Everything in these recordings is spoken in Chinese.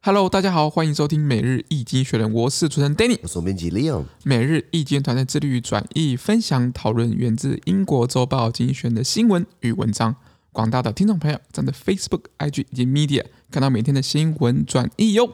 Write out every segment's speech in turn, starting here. Hello，大家好，欢迎收听每日易经学人，我是主持人 Danny。我是总编辑 Leon。每日易经团队致力于转译、分享、讨论源自英国周报精选的新闻与文章。广大的听众朋友，站在 Facebook、IG 以及 Media 看到每天的新闻转译哟。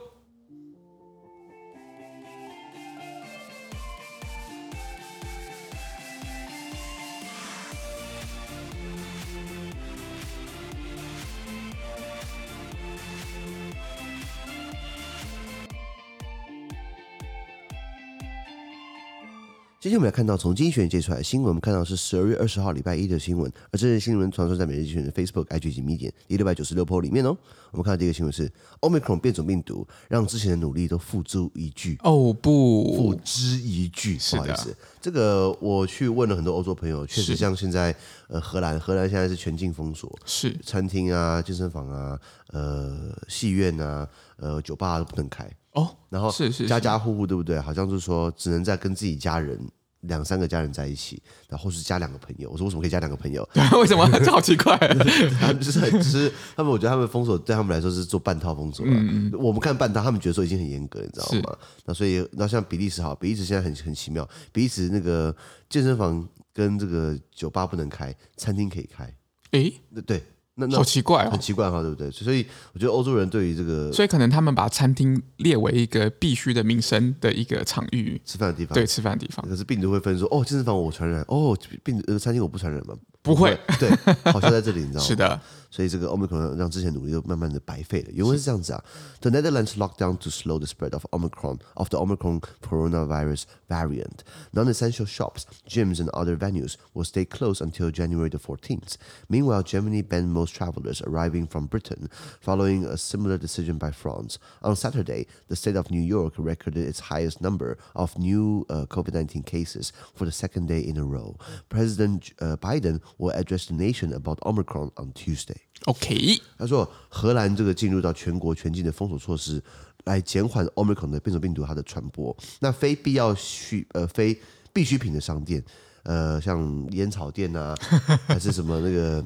今天我们来看到从精选界出来的新闻，我们看到是十二月二十号礼拜一的新闻，而这些新闻传送在每日精选的 Facebook、IG 及 Medium 第六百九十六波里面哦。我们看到第一个新闻是 Omicron 变种病毒让之前的努力都付诸一炬。哦付不，之一炬，是不的好意思，这个我去问了很多欧洲朋友，确实像现在呃荷兰，荷兰现在是全境封锁，是餐厅啊、健身房啊、呃戏院啊、呃酒吧都不能开，哦，然后是是家是家户户对不对？好像就是说只能在跟自己家人两三个家人在一起，然后是加两个朋友。我说为什么可以加两个朋友？ 为 什么？这好奇怪。 他们就是很就是他们，我觉得他们封锁对他们来说是做半套封锁了。嗯我们看半套，他们觉得说已经很严格，你知道吗？那所以那像比利时好，比利时现在很很奇妙，比利时那个健身房跟这个酒吧不能开，餐厅可以开。诶，那对，那那好奇怪很哦。奇怪哈，对不对？所以我觉得欧洲人对于这个所以可能他们把餐厅列为一个必须的民生的一个场域，吃饭的地方，对吃饭的地方。可是病毒会分说，哦，健身房我传染，哦，病毒呃餐厅我不传染嘛？不会，对，好笑在这里，你知道 吗？是的，所以这个 Omicron 让之前努力都慢慢的白费了。原文是这样子啊：The Netherlands locked down to slow the spread of Omicron of the Omicron coronavirus variant. Non-essential shops, gyms, and other venues will stay closed until January the 14th. Meanwhile, Germany banned most travelers arriving from Britain, following a similar decision by France. On Saturday, the state of New York recorded its highest number of new uh, COVID 19 cases for the second day in a row. President uh, Biden will address the nation about Omicron on Tuesday. OK，他说，荷兰这个进入到全国全境的封锁措施，来减缓 Omicron 的变种病毒它的传播。那非必要需呃非必需品的商店，呃，像烟草店啊， 还是什么那个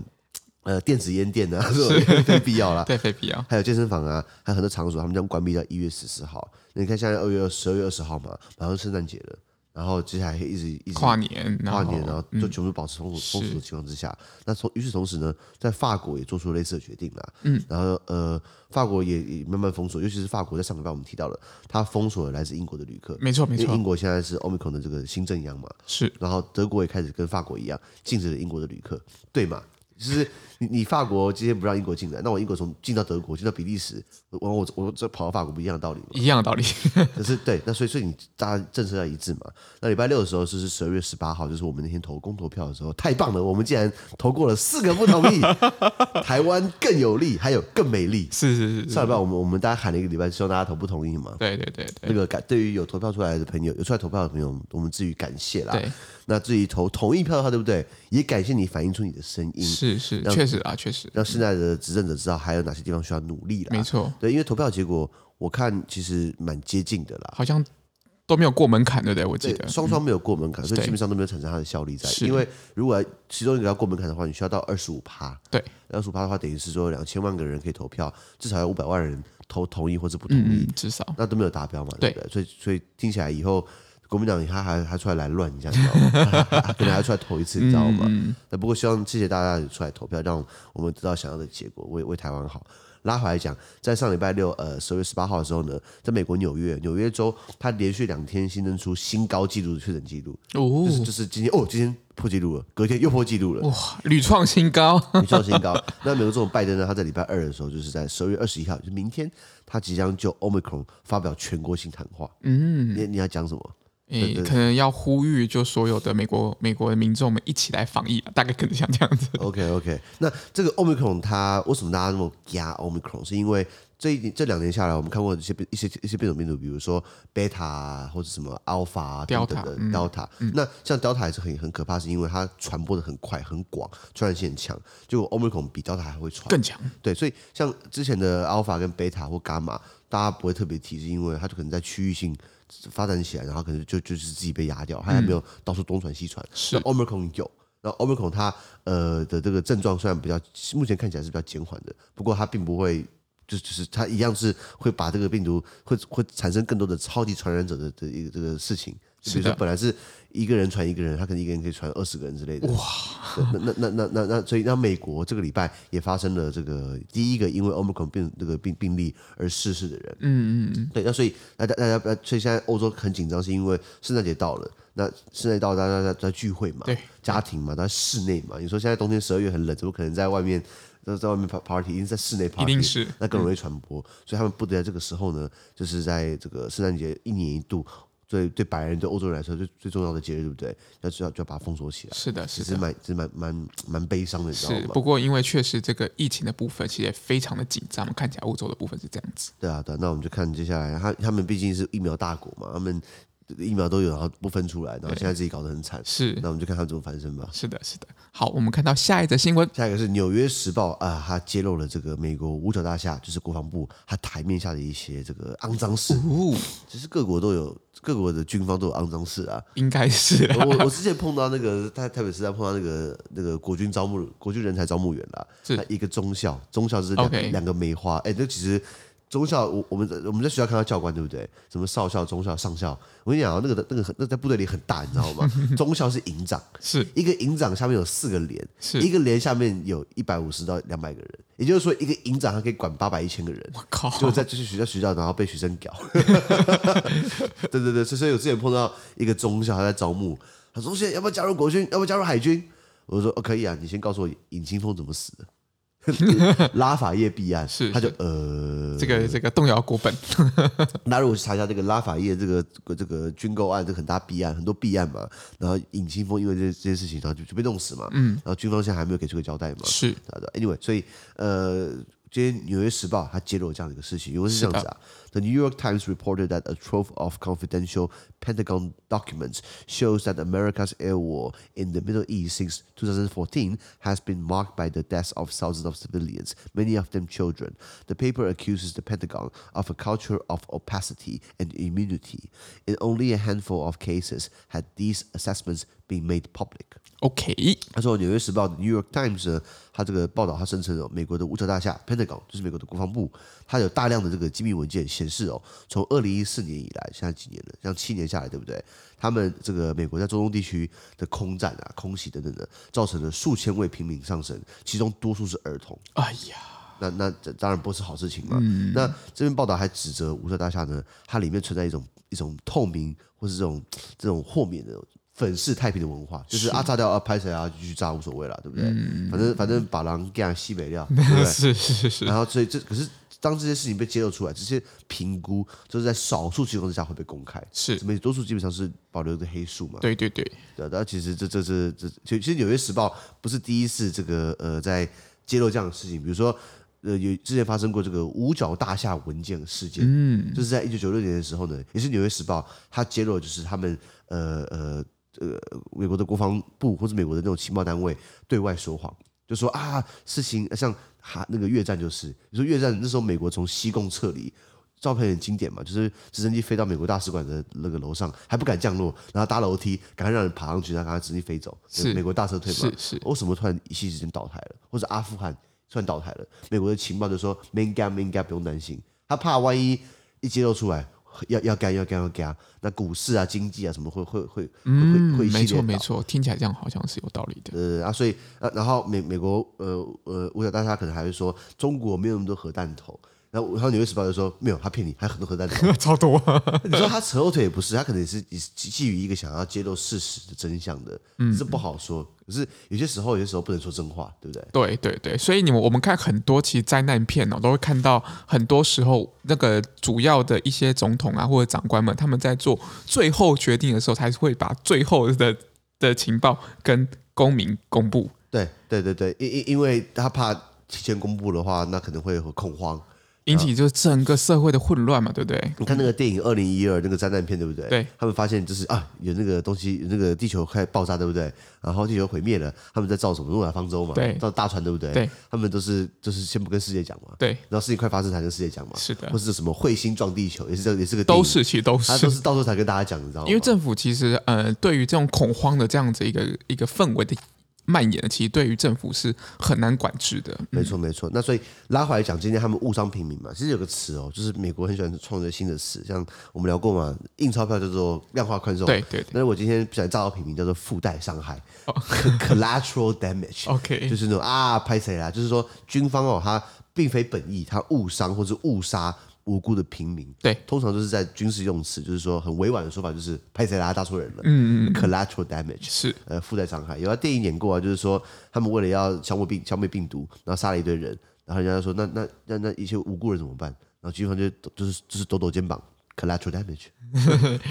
呃电子 烟店啊，这种非必要啦。对，非必要。还有健身房啊，还有很多场所，他们将关闭到一月十四号。那你看，现在二月十二月二十号嘛，马上圣诞节了，然后接下来一直一直跨年，然跨后嗯年，然啊后就全部保持封锁封锁的情况之下，那从与此同时呢，在法国也做出类似的决定啦。嗯，然后呃，法国也也慢慢封锁，尤其是法国在上个礼拜我们提到了，它封锁了来自英国的旅客，没错没因为错英，国现在是 Omicron 的这个新正阳嘛，是然后德国也开始跟法国一样禁止了英国的旅客，对嘛？就是你你法国今天不让英国进来，那我英国从进到德国，进到比利时，我我我这跑到法国不一样的道理吗？一样的道理。可是对，那所以所以你大家政策要一致嘛。那礼拜六的时候就是十二月十八号，就是我们那天投公投票的时候，太棒了，我们竟然投过了四个不同 意，台湾更有利，还有更美丽。是是是是，上礼拜我们我们大家喊了一个礼拜，希望大家投不同意嘛。对对对对那个感对于有投票出来的朋友，有出来投票的朋友，我们至于感谢啦。对，那至于投同意票的话，对不对？也感谢你反映出你的声音，是是，确实啊，确实，让现在的执政者知道还有哪些地方需要努力没啦。错，对，因为投票结果我看其实蛮接近的啦。好像都没有过门槛，对不对？我记对，得嗯双双没有过门槛，所以对基本上都没有产生它的效力在。是因为如果其中一个要过门槛的话，你需要到二十五趴，对，二十五趴的话，等于是说两千万个人可以投票，至少要五百万人投同意或者不同意，嗯嗯，至少那都没有达标嘛，对对不对？所以所以听起来以后。国民党他还还出来来乱，你知道吗？ 他可能还出来投一次，你知道吗？嗯那不过希望谢谢大家出来投票，让我们得到想要的结果，为为台湾好。拉回来讲，在上礼拜六，呃，十月十八号的时候呢，在美国纽约，纽约州，它连续两天新增出新高纪录的确诊记录，哦就是就是今天哦，今天破纪录了，隔天又破纪录了，哇，屡创新高，屡创新高。那美国总统拜登呢，他在礼拜二的时候，就是在十二月二十一号，就是明天，他即将就 Omicron 发表全国性谈话。嗯，你你要讲什么？诶，可能要呼吁就所有的美国美国的民众们一起来防疫吧，大概可能像这样子， OK OK，那这个 Omicron 它为什么大家那么压 Omicron？是因为这一这两年下来，我们看过一些变一些一些变种病毒，比如说 Beta 啊或者什么 Alpha 啊等等的 Delta。那嗯像 Delta 还是很很可怕，是因为它传播的很快很广，传染性很强。就 Omicron 比 Delta 还会传。更强，对，所以像之前的 alpha 跟 beta 或 gamma，大家不会特别提，是因为它就可能在区域性发展起来，然后可能就就是自己被压掉，它还没有到处东传西传。是那 omicron 有。那 Omicron 它呃的这个症状虽然比较，目前看起来是比较减缓的，不过它并不会就就是它一样是会把这个病毒会会产生更多的超级传染者的的一个这个事情。就比是如说的本来是一个人传一个人，他可能一个人可以传二十个人之类的。哇！那那那那那那，所以那美国这个礼拜也发生了这个第一个因为 Omicron 病这个病病例而逝世的人。嗯嗯嗯，对，那所以大家大家所以现在欧洲很紧张，是因为圣诞节到了，那圣诞节到了，大家在在聚会嘛，对，家庭嘛，在室内嘛。你说现在冬天十二月很冷，怎么可能在外面在在外面 pa- party？一定是在室内 party，一定是那更容易传播。所以他们不得在这个时候呢，就是在这个圣诞节一年一度。对对，白人对欧洲人来说最最重要的节日，对不对？要就要就要把它封锁起来，是的，其是实的。蛮其实蛮蛮蛮悲伤的，你知道是，吗？不过因为确实这个疫情的部分其实也非常的紧张，看起来欧洲的部分是这样子。对啊，对啊那我们就看接下来，他他们毕竟是疫苗大国嘛，他们疫苗都有，然后不分出来，然后现在自己搞得很惨，是那，我们就看他们怎么翻身吧。是的，是的。好，我们看到下一则新闻，下一个是《纽约时报》啊，它揭露了这个美国五角大厦，就是国防部，它台面下的一些这个肮脏事。哦，其实各国都有，各国的军方都有肮脏事啊。应该是啦我我之前碰到那个在台北市，在碰到那个那个国军招募国军人才招募员啦，是他一个中校，中校就是两个 OK 两个梅花，哎、那其实中校我我们在我们在学校看到教官对不对？什么少校、中校、上校，我跟你讲啊，那个那个很那在部队里很大，你知道吗？ 中校是营长，是一个营长下面有四个连，是一个连下面有一百五十到两百个人，也就是说一个营长他可以管八百一千个人。我靠，就在就是学校学校，然后被学生 屌。对对对，所以所以我之前碰到一个中校，他在招募，他说：“现在要不要加入国军？要不要加入海军？”我说：“哦，可以啊，你先告诉我尹清峰怎么死的。” 拉法叶弊案，是他就呃，这个这个动摇国本，那如果去查一下这个拉法叶这个这个军购案，这个很大弊案，很多弊案嘛。然后尹清峰因为这这些事情，然后就就被弄死嘛。嗯，然后军方现在还没有给出个交代嘛。是对的。Anyway，所以呃，今天《纽约时报》它揭露这样的一个事情，因为是这样子啊。The New York Times reported that a trove of confidential Pentagon documents shows that America's air war in the Middle East since 2014 has been marked by the deaths of thousands of civilians, many of them children. The paper accuses the Pentagon of a culture of opacity and immunity. In only a handful of cases had these assessments been made public. OK，他说，《纽约时报》的《New York Times》呢，他这个报道，他声称哦，美国的五角大厦 （Pentagon） 就是美国的国防部，它有大量的这个机密文件显示哦，从二零一四年以来，现在几年了，像七年下来，对不对？他们这个美国在中东地区的空战啊、空袭等等的，造成了数千位平民丧生，其中多数是儿童。哎呀，那那这当然不是好事情嘛。嗯那这篇报道还指责五角大厦呢，它里面存在一种一种透明或是这种这种豁免的粉饰太平的文化，就是啊炸掉啊拍谁啊继续炸无所谓了，对不对？反正反正把狼干西北 料，对不对？嗯嗯是是是，然后所以这可是当这些事情被揭露出来，这些评估就是在少数情况之下会被公开，是，没多数基本上是保留一个黑数嘛。对对对，对啊，但其实这这这这，其实《纽约时报》不是第一次这个呃在揭露这样的事情，比如说呃有之前发生过这个五角大厦文件事件，嗯，就是在一九九六年的时候呢，也是《纽约时报》它揭露就是他们呃呃呃美国的国防部或者美国的那种情报单位对外说谎。就说啊，事情像哈那个越战就是，你说越战那时候美国从西贡撤离，照片很经典嘛，就是直升机飞到美国大使馆的那个楼上，还不敢降落，然后搭楼梯，赶快让人爬上去，然后赶快直升机飞走，是美国大撤退嘛是。是为什么突然一夕之间倒台了？或者阿富汗突然倒台了？美国的情报就说 main gap main gap 不用担心，他怕万一一揭露出来。要要干要干要干，那股市啊、经济啊什么会会会会会会一嗯没系列错倒没错，听起来这样好像是有道理的。呃啊，所以啊，然后美美国呃呃，我想大家可能还会说中国没有那么多核弹头，然后然后《纽约时报》就说没有，他骗你，还有很多核弹 头。超多、你说他扯后腿也不是，他可能也是也是基于一个想要揭露事实的真相的，嗯这不好说。可是有些时候，有些时候不能说真话，对不对？对对对，所以你们我们看很多其实灾难片哦，都会看到很多时候那个主要的一些总统啊或者长官们，他们在做最后决定的时候，才会把最后的的情报跟公民公布。对对对对，因因因为他怕提前公布的话，那可能会有恐慌。引起就是整个社会的混乱嘛，对不对？你看那个电影《二零一二》那个灾难片，对不对？对，他们发现就是啊，有那个东西，有那个地球快爆炸，对不对？然后地球毁灭了，他们在造什么？诺亚方舟嘛，对造大船，对不对？对，他们都是就是先不跟世界讲嘛，对，然后事情快发生才跟世界讲嘛，是的或，是什么彗星撞地球，也是这也是个电影都，是其实都他都是。是到时候才跟大家讲，你知道吗？因为政府其实呃，对于这种恐慌的这样子一个一个氛围的蔓延了，其实对于政府是很难管制的。没错，没错。那所以拉回来讲，今天他们误伤平民嘛，其实有个词哦，就是美国很喜欢创一个新的词，像我们聊过嘛，印钞票叫做量化宽松。对对对但是我今天不小心炸到平民，叫做附带伤害、c o l l a t e r a l damage）。 OK 就是那种啊，拍谁啦？就是说军方哦，他并非本意，他误伤或者误杀无辜的平民。对通常就是在军事用词，就是说很委婉的说法，就是拍谁啦，搭错人了。嗯嗯，collateral damage 是呃附带伤害。有啊，电影演过啊，就是说他们为了要消灭病消灭病毒，然后杀了一堆人，然后人家就说那那那那一些无辜人怎么办？然后军方就就是就是抖抖肩膀，collateral damage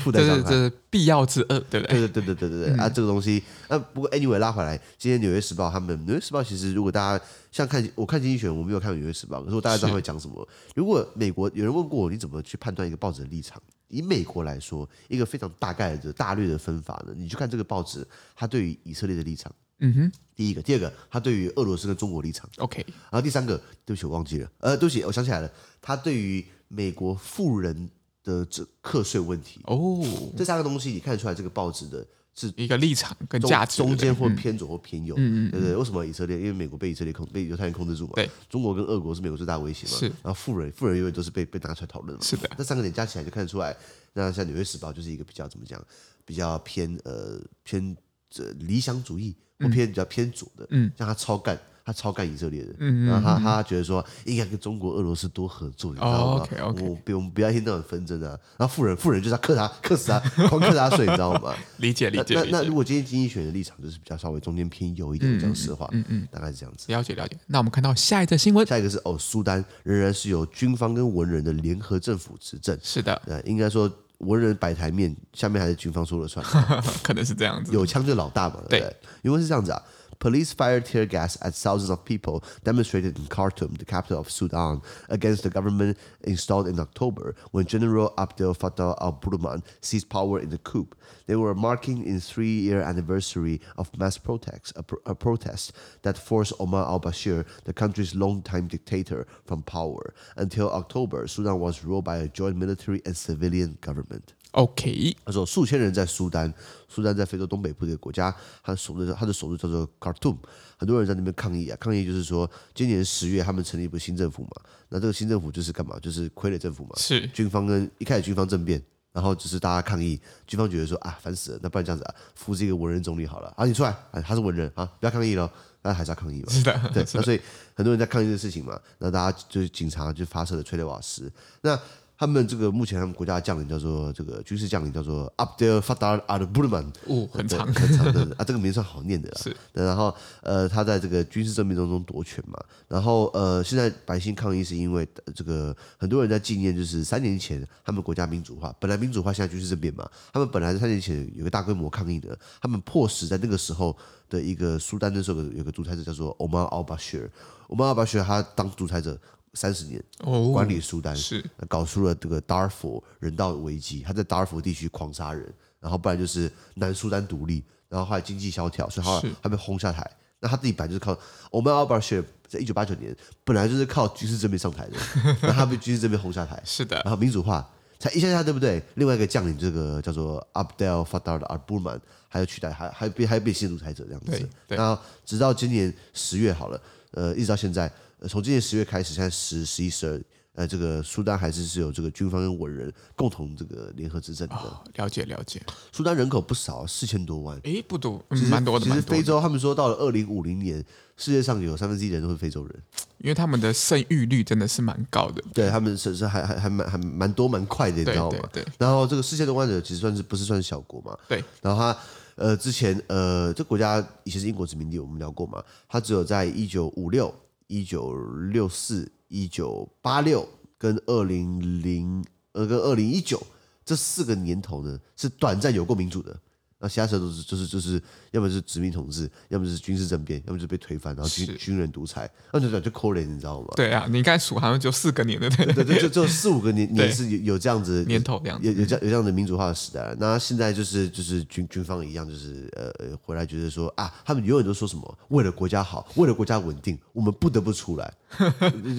附带这伤是这害。是必要之恶，对不对？ 对对对对对嗯对对、啊！这个东西，啊，不过 anyway 拉回来，今天《纽约时报》他们，《纽约时报》其实如果大家像看我看经济学，我没有看《纽约时报》，可是我大概知道他会讲什么。嗯如果美国有人问过我，你怎么去判断一个报纸的立场？以美国来说，一个非常大概的、大略的分法呢，你去看这个报纸，它对于以色列的立场，嗯哼第一个；第二个，它对于俄罗斯跟中国立场； ，OK，然后第三个，对不起，我忘记了，呃，对不起，我想起来了，它对于美国富人的这课税问题，哦，这三个东西，你看得出来这个报纸的是一个立场跟中价值对中间不对或偏左或偏右，嗯嗯，对不对？为什么以色列？因为美国被以色列控被犹太人控制住嘛，对，中国跟俄国是美国最大的威胁嘛，是然后富人富人永远都是被被拿出来讨论嘛，是的，那三个点加起来就看得出来，那像《纽约时报》就是一个比较怎么讲，比较偏呃偏呃理想主义或偏比较偏左的，嗯，像他超干。他超干以色列的，嗯嗯然后他他觉得说应该跟中国、俄罗斯多合作，你知道哦吗？ ，OK，OK 我不我们不要一天到晚纷争啊。然后富人富人就是要克他克死他，狂克他税，你知道吗？理解理那解那理那解如，果今天经济学的立场就是比较稍微中间偏右一点，我讲实话，嗯嗯，大概是这样子。了解了解。那我们看到下一则新闻，下一个是哦，苏丹仍然是由军方跟文人的联合政府执政，是的，呃，应该说文人摆台面，下面还是军方说了算， 可能是这样子。有枪就老大嘛，对不对？因为是这样子啊。Police fired tear gas at thousands of people demonstrated in Khartoum, the capital of Sudan, against the government installed in October when General Abdel Fattah al Burhan seized power in the coup. They were marking in three-year anniversary of mass protests, a, pro- a protest that forced Omar al-Bashir, the country's longtime dictator, from power. Until October, Sudan was ruled by a joint military and civilian government. OK，他说，数千人在苏丹，苏丹在非洲东北部的一个国家，他首都他的首都叫做 Khartoum，很多人在那边抗议啊，抗议就是说，今年十月他们成立一部新政府嘛，那这个新政府就是干嘛？就是傀儡政府嘛，是军方跟一开始军方政变，然后就是大家抗议，军方觉得说啊烦死了，那不然这样子啊，扶持一个文人总理好了啊，你出来啊，他是文人啊，不要抗议了，那还是要抗议嘛，是的，对，那所以很多人在抗议这个事情嘛，那大家就是警察就发射了催泪瓦斯。那他们这个目前他们国家的将领叫做这个军事将领叫做 Abdel Fattah al Burhan，哦，很对长，很长的啊，这个名算好念的啦。是对，然后呃，他在这个军事政变当中夺权嘛，然后呃，现在百姓抗议是因为呃这个很多人在纪念，就是三年前他们国家民主化，本来民主化，现在军事政变嘛，他们本来在三年前有个大规模抗议的，他们迫使在那个时候的一个苏丹那时候有个有个独裁者叫做 Omar al Bashir，我们 al Bashir 他当独裁者三十年，哦管理苏丹，是搞出了这个达尔佛人道危机，他在达尔佛地区狂杀人，然后不然就是南苏丹独立，然后后来经济萧条，所以他是他被轰下台。那他自己本来就是靠 Omar al Bashir 在一九八九年本来就是靠军事政变上台的，那他被军事政变轰下台，是的，然后民主化才一下下，对不对？另外一个将领，这个叫做 Abdel Fattah al Burhan，还有取代，还还变还变新独裁者这样子对。对然后直到今年十月好了，呃，一直到现在，呃从今年十月开始，现在十、十一、十二，呃，这个苏丹还是是有这个军方跟文人共同这个联合执政的。哦了解了解。苏丹人口不少，四千多万。诶，不多，嗯蛮多的，其实蛮多非的，洲，他们说到了二零五零年，世界上有三分之一的人都是非洲人。因为他们的生育率真的是蛮高的。对他们是是还还还蛮还蛮多蛮快的，你知对道对吗？对然后这个世界的患者其实算是不是算是小国嘛？对，然后他呃之前呃这国家以前是英国殖民地，我们聊过嘛，他只有在一九五六、一九六四、一九八六跟二零零呃跟二零一九这四个年头呢是短暂有过民主的。那其他时候都是就是就是，要么是殖民统治，要么是军事政变，要么就被推翻，然后军是军人独裁，那就就扣人，你知道吗？对啊，你刚才数好像就四个年的，对对对，就就四五个年 对年是有有这样子 年头这样子有有这样有这样的民主化的时代了。那现在就是就是军军方一样，就是呃呃回来觉得说啊，他们永远都说什么为了国家好，为了国家稳定，我们不得不出来，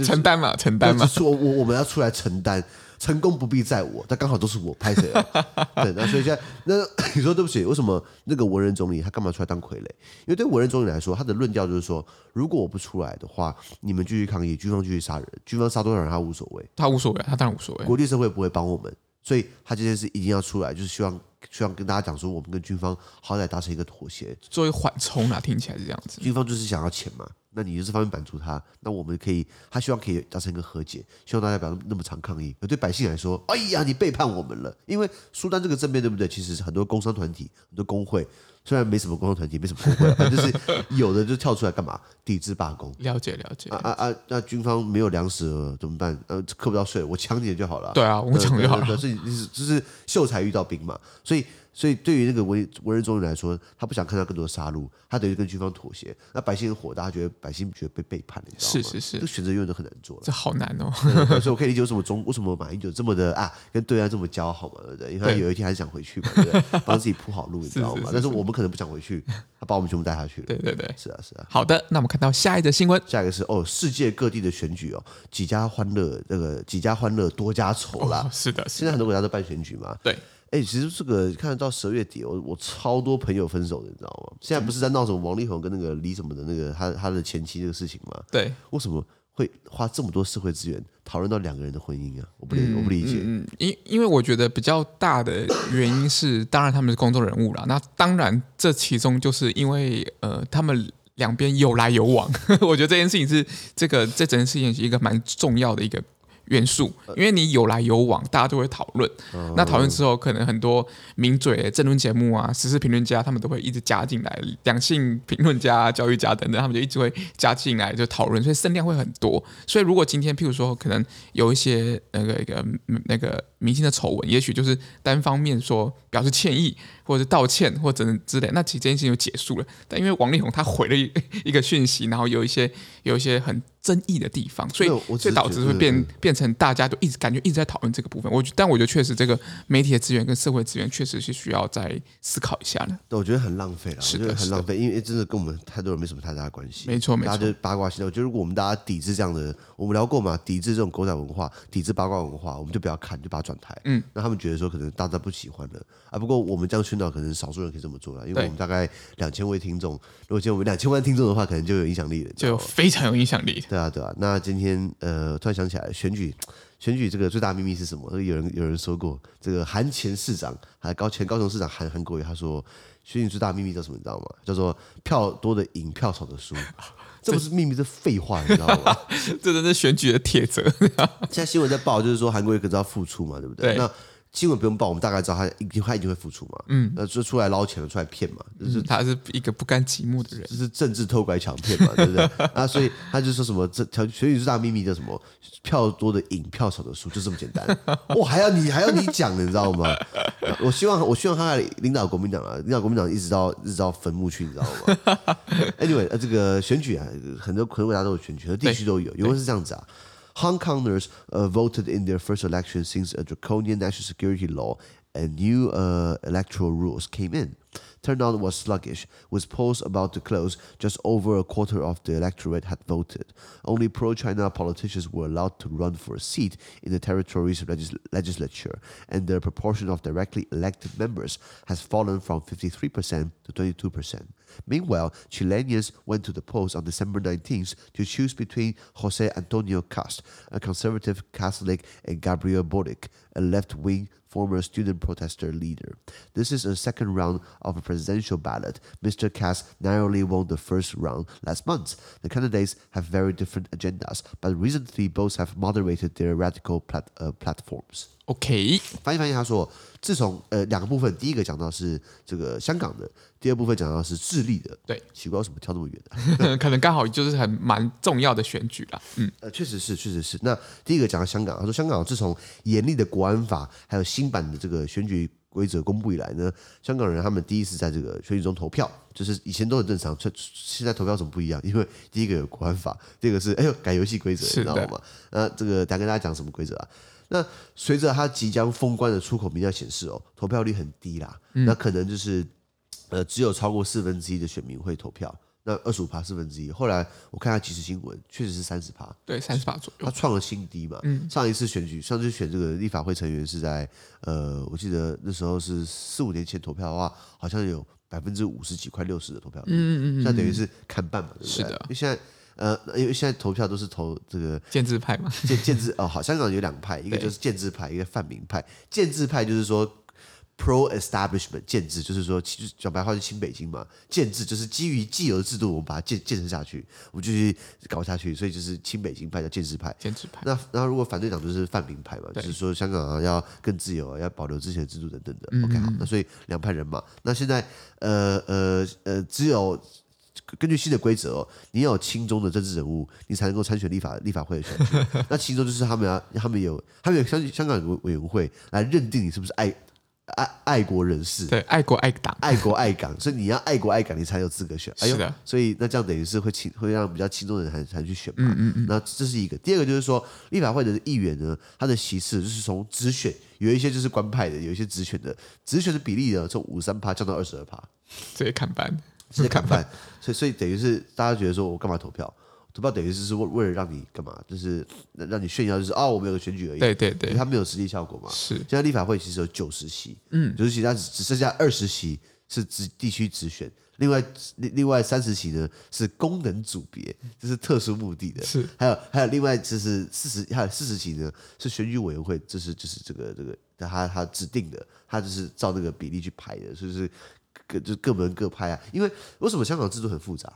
承担嘛，承担嘛就，是我我我们要出来承担。成功不必在我，但刚好都是我拍谁了。对，那所以现在那你说对不起，为什么那个文人总理他干嘛出来当傀儡？因为对文人总理来说，他的论调就是说，如果我不出来的话，你们继续抗议，军方继续杀人，军方杀多少人他无所谓，他无所谓，啊他当然无所谓。国际社会不会帮我们，所以他这件事一定要出来，就是希望希望跟大家讲说，我们跟军方好歹达成一个妥协，作为缓冲啊，听起来是这样子。军方就是想要钱嘛，那你就这方面满足他，那我们可以，他希望可以达成一个和解，希望大家不要那么常抗议。可对百姓来说，哎呀，你背叛我们了，因为苏丹这个政变，对不对？其实很多工商团体、很多工会，虽然没什么工商团体，没什么工会啊，反正就是有的就跳出来干嘛，抵制罢工。了解了解啊，啊啊！那军方没有粮食了怎么办？呃，扣不到税，我抢你的就好了。对啊，我讲就好对了。对对对所以就是秀才遇到兵嘛，所以所以对于那个文文人总理来说，他不想看到更多的杀戮，他等于跟军方妥协。那百姓很火大，他觉得百姓觉得被背叛，你知道吗？是是这个是，选择永远都很难做了。这好难哦。 对对对所以我可以理解为什么中 为什么马英九这么的啊，跟对岸这么交好嘛，对不对？因为他对有一天还是想回去嘛，对 不对？帮自己铺好路，你知道是是吗是？但是我们可能不想回去，他把我们全部带下去了。对对对，是啊，是啊。好的，那我们看到下一则新闻。下一个是哦，世界各地的选举哦，几家欢乐那个几家欢乐多家愁啦。哦是的，是现在很多国家都办选举嘛，对，哎、其实这个看得到十二月底，哦我我超多朋友分手的，你知道吗？现在不是在闹什么王力宏跟那个李什么的那个他他的前妻这个事情吗？对，为什么会花这么多社会资源讨论到两个人的婚姻啊？我不理、我不理解。嗯，因因为我觉得比较大的原因是，当然他们是公众人物啦。那当然，这其中就是因为呃，他们两边有来有往， 我觉得这件事情是这个这整件事情是一个蛮重要的一个元素，因为你有来有往，大家就会讨论。那讨论之后，可能很多名嘴、政论节目啊、时事评论家，他们都会一直加进来，两性评论家、教育家等等，他们就一直会加进来就讨论，所以声量会很多。所以如果今天譬如说，可能有一些那个一个嗯那个明星的丑闻，也许就是单方面说表示歉意，或者是道歉，或者之类，那其实这件事情就结束了。但因为王力宏他回了一一个讯息，然后有一些有一些很争议的地方，所以没有我所只是以导觉致得会变变成大家就一直感觉一直在讨论这个部分。我觉但我觉得确实这个媒体的资源跟社会资源确实是需要再思考一下的。对，我觉得很浪费了，是我的觉得很是的浪费，因为真的跟我们太多人没什么太大的关系。没错没大家错，就八卦心态。我觉得如果我们大家抵制这样的，我们聊过嘛，抵制这种狗仔文化，抵制八卦文化，我们就不要看，就把它转台。嗯，那他们觉得说可能大家不喜欢了啊。不过我们这样宣导，可能少数人可以这么做了，因为对我们大概两千位听众，如果今天我们两千万听众的话，可能就有影响力了。就非常有影响 力。对啊，对啊。那今天呃，突然想起来，选举，选举这个最大秘密是什么？有人有人说过，这个韩前市长，还高前高雄市长韩韩国瑜，他说选举最大秘密叫什么？你知道吗？叫做票多的赢，票少的输。 这不是秘密，这废话，你知道 吗？这真是选举的铁则。现在新闻在报，就是说韩国瑜可是要付出嘛，对不对？对那新闻不用报，我们大概知道他一定他一定会付出嘛。嗯，那就出来捞钱了，出来骗嘛，就是嗯他是一个不甘寂寞的人。这是政治偷拐抢骗嘛，对不对？啊，所以他就说什么这条选举最大秘密叫什么？票多的赢，票少的输，就这么简单。我、还要你还要你讲，你知道吗？啊我希望我希望他来领导国民党啊，领导国民党一直到一直到坟墓去，你知道吗？Anyway，呃，这个选举啊，很多很多国家都有选举，很多地区都有。因为是这样子啊，Hong Kongers uh, voted in their first election since a draconian national security law and new uh, electoral rules came in. Turnout was sluggish, with polls about to close. Just over a quarter of the electorate had voted. Only pro China politicians were allowed to run for a seat in the territory's legis- legislature, and their proportion of directly elected members has fallen from 53% to 22%. Meanwhile, Chileans went to the polls on December 19th to choose between Jose Antonio Cast, a conservative Catholic, and Gabriel Boric, a left wing former student protester leader. This is a second round of a presidential ballot. Mr. Cass narrowly won the first round last month. The candidates have very different agendas, but recently both have moderated their radical plat- uh, platforms. OK，翻译翻译，他说，自从呃两个部分，第一个讲到是这个香港的，第二部分讲到是智利的。对，奇怪，为什么跳那么远、啊？可能刚好就是很蛮重要的选举啦。嗯，呃，确实是，确实是。那第一个讲到香港，他说香港自从严厉的国安法还有新版的这个选举规则公布以来呢，香港人他们第一次在这个选举中投票，就是以前都很正常，这现在投票有什么不一样？因为第一个有国安法，第二个是哎呦改游戏规则，你是知道的吗？那这个等下跟大家讲什么规则啊？那随着它即将封关的出口民调显示哦，嗯投票率很低啦，那可能就是呃只有超过四分之一的选民会投票，那二十五趴四分之一。后来我看下即时新闻，确实是三十趴，对，三十八左他右，创了新低嘛。嗯上一次选举，上次选这个立法会成员是在呃，我记得那时候是四五年前投票的话，好像有百分之五十几快六十的投票率，嗯嗯嗯，那等于是看半嘛，对不是对？的因为现在呃，因为现在投票都是投这个 建制派嘛，建建制哦，好，香港有两派，一个就是建制派，一个泛民派。建制派就是说 pro establishment 建制，就是说其实讲白话就是新北京嘛，建制就是基于既有的制度，我们把它建建设下去，我们继续搞下去，所以就是新北京派叫建制派。建制派，那那如果反对党就是泛民派嘛，就对是说香港啊要更自由啊，要保留之前的制度等等的。OK，好，那所以两派人马。那现在呃呃呃，只有根据新的规则哦，你要有亲中的政治人物，你才能够参选立法立法会的选举。那亲中就是他们要他们有他们有香香港有个委员会来认定你是不是爱爱爱国人士。对，爱国爱党，爱国爱港，所以你要爱国爱港，你才有资格选。哎呦是的，所以那这样等于是会请会让比较轻松的人才才去选嘛。嗯那这是一个。第二个就是说，立法会的议员呢，他的席次就是从直选，有一些就是官派的，有一些直选的，直选的比例呢从五三趴降到二十二趴，直接看班，直接 砍半。所以所以等于是大家觉得说我干嘛投票？投票等于是是为为了让你干嘛？就是让你炫耀，就是哦，我们有个选举而已。对对因对为，它没有实际效果嘛。是现在立法会其实有九十席，嗯，九十席，但只只剩下二十席是直地区直选，另外另另外三十席呢是功能组别，这是特殊目的的，是还有还有另外就是四十还有四十席呢是选举委员会，这是就是这个这个他他指定的，他就是照那个比例去排的，所以是各就各门各派啊。因为为什么香港制度很复杂？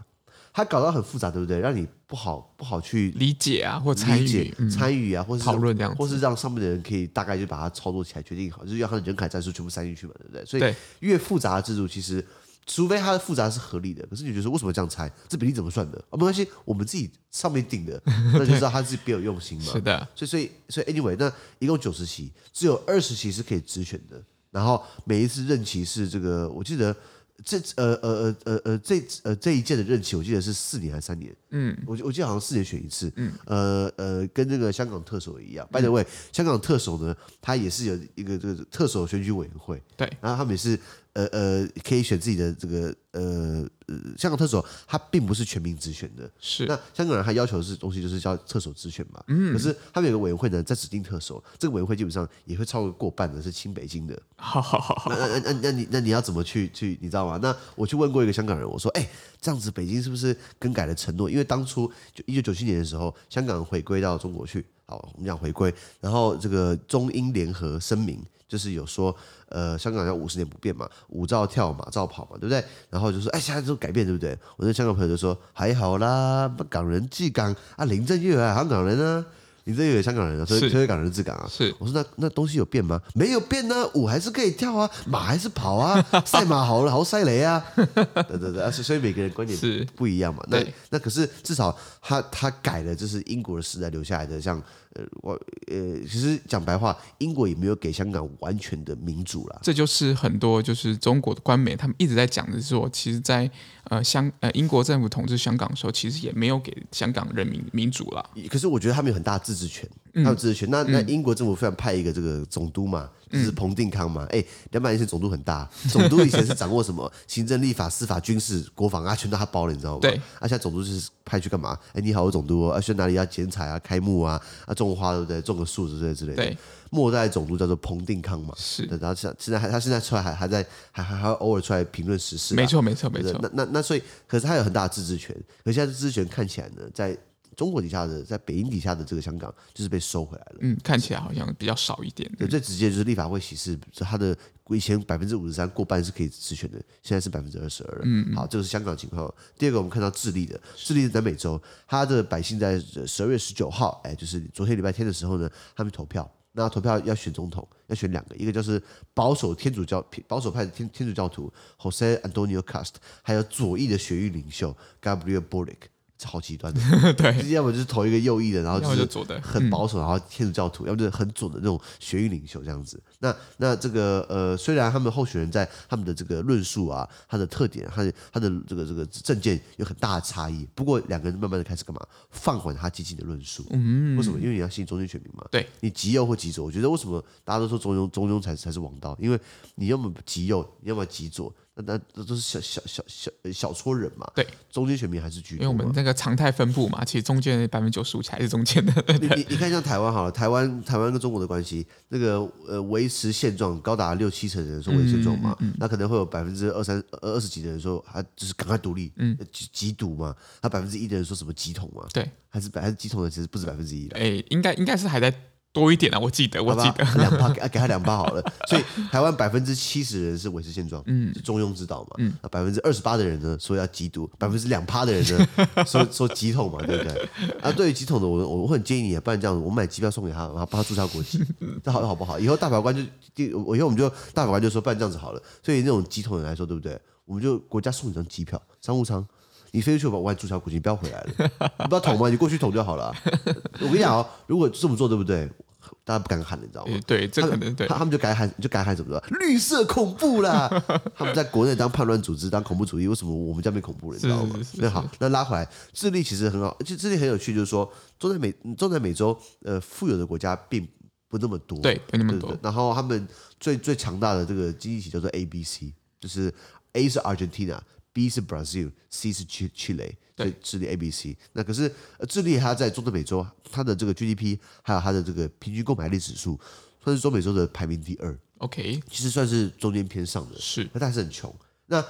它搞到很复杂，对不对？让你不好不好去理解啊或参理与解、嗯参与啊，或是讨论这样或子，是让上面的人可以大概就把它操作起来，决定好，就是要他的人海战术全部塞进去嘛，对不对？所以对越复杂的制度，其实除非它的复杂是合理的，可是你就说为什么这样猜？这比例怎么算的？啊，没关系，我们自己上面定的，那就知道他是别有用心嘛。 是的，所以所以所以 anyway，那一共九十席，只有二十席是可以直选的，然后每一次任期是这个，我记得。这呃呃呃呃呃这呃这一届的任期，我记得是四年还是三年？嗯，我记我记得好像四年选一次。嗯，呃呃，跟这个香港特首一样。By the way，、香港特首呢，他也是有一个这个特首选举委员会，对，然后他们也是呃呃可以选自己的这个呃呃香港特首，他并不是全民直选的，是那香港人还要求的是东西就是叫特首直选嘛，可是他们有个委员会呢，在指定特首，这个委员会基本上也会超过过半的是亲北京的，好好好好，那那那那你那你要怎么去去你知道吗？那我去问过一个香港人，我说，哎、这样子北京是不是更改了承诺？因为当初就一九九七年的时候，香港回归到中国去，好，我们讲回归，然后这个中英联合声明。就是有说，呃，香港要五十年不变嘛，舞照跳，马照跑嘛，对不对？然后就说，哎，现在都改变，对不对？我那香港朋友就说，还好啦，港人治港啊，林郑月啊，香港人啊，林郑月也香港人啊，所以是所以港人治港啊，是我说那那东西有变吗？没有变呢、舞还是可以跳啊，马还是跑 啊，赛马好了，好赛雷啊， 对对对，啊所以所以每个人观点是不一样嘛。那对那可是至少他他改了，就是英国的时代留下来的，像呃我呃，其实讲白话，英国也没有给香港完全的民主啦。这就是很多就是中国的官媒他们一直在讲的是说，其实在，呃香呃英国政府统治香港的时候，其实也没有给香港人民民主啦。可是我觉得他们有很大的自治权，他嗯们有自治权。那那英国政府非常派一个这个总督嘛，就是嗯彭定康嘛。哎、两百年前总督很大，总督以前是掌握什么行政、立法、司法、军事、国防啊，全都他包了，你知道吗？对啊，现在总督就是派去干嘛？哎，你好，我总督、哦，啊，去哪里要剪彩啊、开幕啊、啊种花对不对？种个树之类之类的对。末代总督叫做彭定康嘛，是对然后现现在还他现在出来还还在还还还偶尔出来评论时事啊，没错，没错，没对错，那那那所以，可是他有很大的自治权，可是现在自治权看起来呢，在中国底下的，在北京底下的这个香港，就是被收回来了。嗯，看起来好像比较少一点。对，最直接就是立法会席次，它的以前百分之五十三过半是可以直选的，现在是百分之二十二了。嗯，好，这个是香港情况。第二个，我们看到智利的，智利的南美洲，它的百姓在十二月十九号，哎，就是昨天礼拜天的时候呢，他们投票。那投票要选总统，要选两个，一个就是保守天主教保守派的天天主教徒 Jose Antonio Cast，还有左翼的学运领袖 Gabriel Boric，这好极端的， 对，要么就是投一个右翼的，然后就要么是就左的，嗯很保守，然后天主教徒，要么就是很准的那种学运领袖这样子。那那这个呃，虽然他们候选人在他们的这个论述啊、他的特点、他的他的这个这个政见有很大的差异，不过两个人慢慢的开始干嘛，放缓他激进的论述。嗯，为什么？因为你要吸引中间选民嘛。对，你极右或极左，我觉得为什么大家都说中庸中庸才才是王道？因为你要么极右，要么极左，那那那都是小小小小呃小撮人嘛，对，中间选民还是居因为多我嘛。们那个常态分布嘛，其实中间百分之九十五才是中间的。你你你看像台湾好了，台湾台湾跟中国的关系，那个呃维持现状高达六七成的人说维持现状嘛，嗯那可能会有百分之二三二十几的人说他就是赶快独立，嗯，极独嘛，他百分之一的人说什么极统嘛，对，还是百还是极统的其实不止百分之一的。哎，应该应该是还在多一点啊，我记得，我好记吧得，，两趴啊给给他两趴好了。 所以台湾百分之七十人是维持现状，嗯，是中庸之道嘛。嗯，那百分之二十八的人呢说要缉毒，百分之两趴的人 呢说说急统嘛，对不对？啊，对于急统的，我我我会很建议你啊，不然这样，我买机票送给他，然后帮他注销国籍， 这好好不好？以后大法官就，就我以后我们就大法官就说，不然这样子好了。所以那种急统人来说，对不对？我们就国家送你张机票，商务舱。你飞出去把外注销国籍，你不要回来了，你不要捅嘛，你过去捅就好了啊、我跟你讲哦，如果这么做，对不对？大家不敢喊了，你知道吗？哎对，这他可们能对他，他们就改喊，就改喊什么的，绿色恐怖啦！他们在国内当叛乱组织、当恐怖主义，为什么我们家没恐怖了？你知道吗是是？是那好，那拉回来，智利其实很好，就智利很有趣，就是说中南美中南美洲呃富有的国家并不那么多，对，没那对么不多对，？然后他们最最强大的这个经济体叫做 A、B、C，就是 A 是 Argentina，B 是 Brazil，C 是 Chi- Chile。对所以智利 A、B、C，那可是呃智利它在中南美洲，啊它的这个 GDP 还有它的这个平均购买力指数，算是中美洲的排名第二， ，OK，其实算是中间偏上的。是那但是很穷。那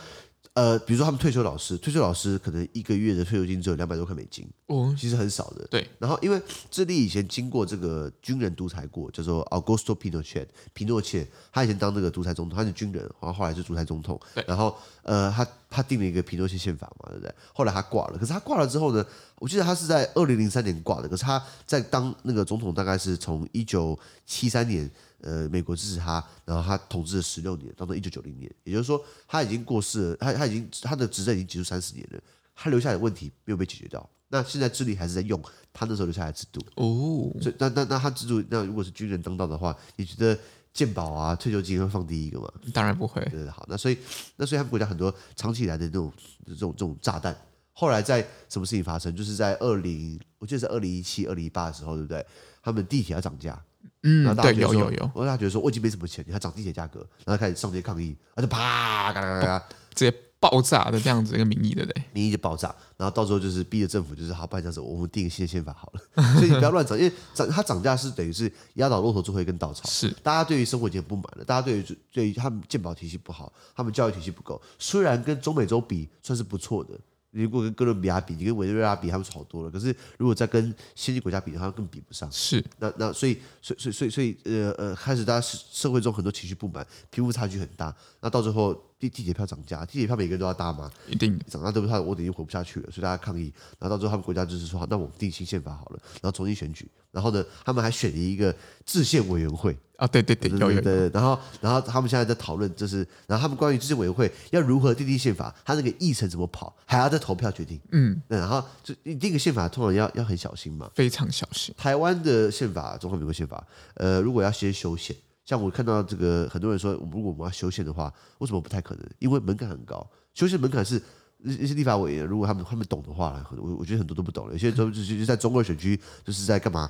呃，比如说他们退休老师，退休老师可能一个月的退休金只有两百多块美金，哦，其实很少的。对，然后因为智利以前经过这个军人独裁过，叫做 Augusto Pinochet，皮诺切，他以前当这个独裁总统，他是军人，然后后来是独裁总统对，然后呃，他他定了一个皮诺切宪法嘛，对不对？后来他挂了，可是他挂了之后呢，我记得他是在二零零三年挂的，可是他在当那个总统大概是从一九七三年。呃，美国支持他，然后他统治了十六年，到到一九九零年，也就是说他已经过世了，他他已经他的执政已经结束三十年了，他留下来的问题没有被解决掉。那现在智利还是在用他那时候留下来的制度，哦，所以那那那他制度，那如果是军人当道的话，你觉得健保啊、退休金会放第一个吗？当然不会，对，好，那所以那所以他们国家很多长期以来的那种这种这种炸弹，后来在什么事情发生？就是在二零，我记得是二零一七、二零一八的时候，对不对？他们地铁要涨价，然后嗯，大家对，觉得有说有有，，然后大家觉得说我已经没什么钱，你还涨地铁价格，然后开始上街抗议，然后就啪嘎嘎嘎嘎，直接爆炸的这样子一个名义，对不对？民意就爆炸，然后到时候就是逼着政府，就是好，不然这样子，我们定个新的宪法好了。 所以你不要乱涨，因为涨它涨价是等于是压倒骆驼最后一根稻草。是，大家对于生活已经不满了，大家对于对于他们健保体系不好，他们教育体系不够。虽然跟中美洲比算是不错的，你如果跟哥伦比亚比，你跟委内瑞拉比，他们是好多了。可是如果再跟先进国家比，他们更比不上。是，那那所以所以所以所以所以呃呃，开始大家社社会中很多情绪不满，贫富差距很大。那到最后地地铁票涨价，地铁票每个人都要搭吗？一定的，长大对不对？我等于活不下去了，所以大家抗议。然后到最后，他们国家就是说，好，那我们定新宪法好了，然后重新选举。然后呢，他们还选了一个制宪委员会，啊，对对对，有有对对对。然后，然后他们现在在讨论，就是然后他们关于制宪委员会要如何订定宪法，他那个议程怎么跑，还要再投票决定。嗯，那然后就你定个宪法，通常要要很小心嘛。非常小心，台湾的宪法，中华民国宪法，呃，如果要先修宪，像我看到这个很多人说，如果我们要修宪的话，为什么不太可能？因为门槛很高，修宪门槛是。一些立法委员，如果他们他们懂的话，我我觉得很多都不懂了。有些都就是就是在中二选区，就是在干嘛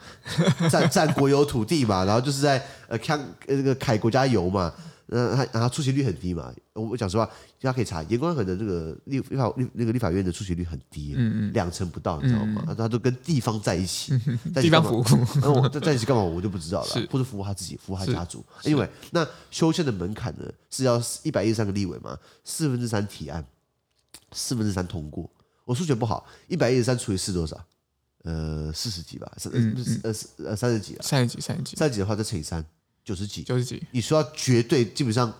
占占国有土地嘛，然后就是在呃看呃那个凯国家油嘛，那他然后出席率很低嘛。我我讲实话，大家可以查，严光很的这个立立法立那个立法院的出席率很低，两成不到，你知道吗？他他都跟地方在一起，在一地起方干嘛服务， 那我在在一起干嘛，我就不知道了啊是，或者服务他自己，服务他家族。因为那修宪的门槛呢是要一百一十三个立委嘛，四分之三提案，四分之三通过。我数学不好，一百一十三除以四多少？呃，四十几吧，三嗯呃四呃三十几啊，三十几，三十几，三十几的话再乘以三，九十几。九十几，你说要绝对，基本上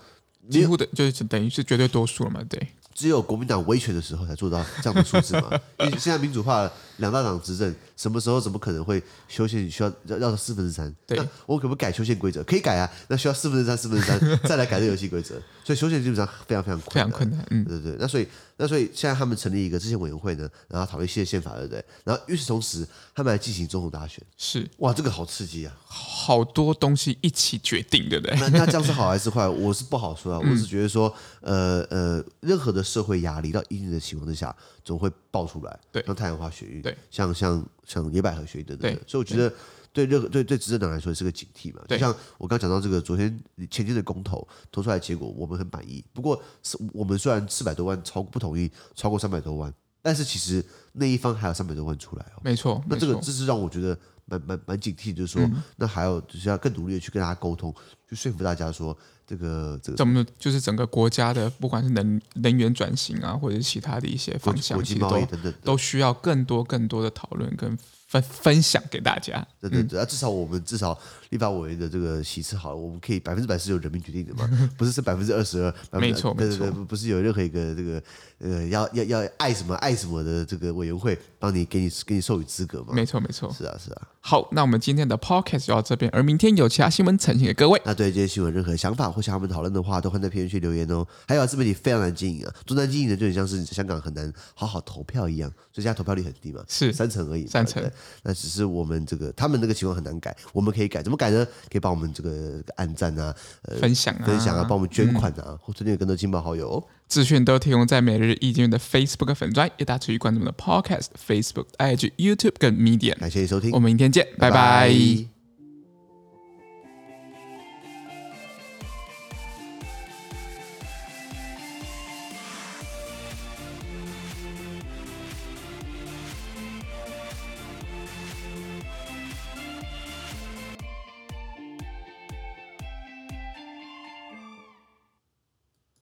几乎的，就是等于是绝对多数了嘛，对，只有国民党威权的时候才做到这样的 数字嘛。因为现在民主化了，两大党执政，什么时候怎么可能会修宪需要要要到四分之三？对那我可不可以改修宪规则？可以改啊，那需要四分之三、四分之 三再来改这个游戏规则，所以修宪基本上非常非常非困常难。困难，嗯，对对对，那所以那所以现在他们成立一个制宪委员会呢，然后讨论新的宪法，对不对？然后与此同时，他们还进行总统大选，是哇，这个好刺激啊！好多东西一起决定，对不嗯对？那那这样是好还是坏？我是不好说啊。我是觉得说，呃呃，任何的社会压力到一定的情况之下，总会爆出来。对像太阳花学运，对，像像像野百合学运等等的对。所以我觉得对热对对执政党来说是个警惕嘛。对就像我刚讲到这个，昨天前天的公投投出来的结果，我们很满意。不过是我们虽然四百多万超不同意，超过三百多万，但是其实那一方还有三百多万出来哦。没错，那没这个错嗯这是让我觉得蛮蛮蛮警惕，就是说，那还有就是要更努力的去跟大家沟通，去说服大家说这个这个怎么就是整个国家的，不管是能能源转型啊，或者是其他的一些国方向，国其际实贸易都等等的。都需要更多更多的讨论跟分分享给大家。对对对，啊，至少我们至少立法委员的这个席次好了，我们可以百分之百是由人民决定 的嘛，不是是百分之二十二，没错对没对对，不是有任何一个这个呃要要要爱什么爱什么的这个委员会帮你给你给你授予资格嘛，没错，没错。是啊是啊，好，那我们今天的 podcast 就到这边，而明天有其他新闻呈现给各位。那对这些新闻有任何想法或想要我们讨论的话，都欢迎在评论区留言哦。还有啊自媒体非常难经营啊，中南经营的就很像是香港很难好好投票一样，所以现在投票率很低嘛，是三成而已嘛，三成对。那只是我们这个他们那个情况很难改，我们可以改，怎么改呢？可以帮我们这个按赞啊、分享啊，分享啊，帮我们捐款啊，或推荐给更多亲朋好友哦。资讯都提供在每日意见的 Facebook 粉专，也大家持续关注我们的 Podcast、Facebook、IG、YouTube 跟 Media。感谢你收听，我们明天见，拜拜哎拜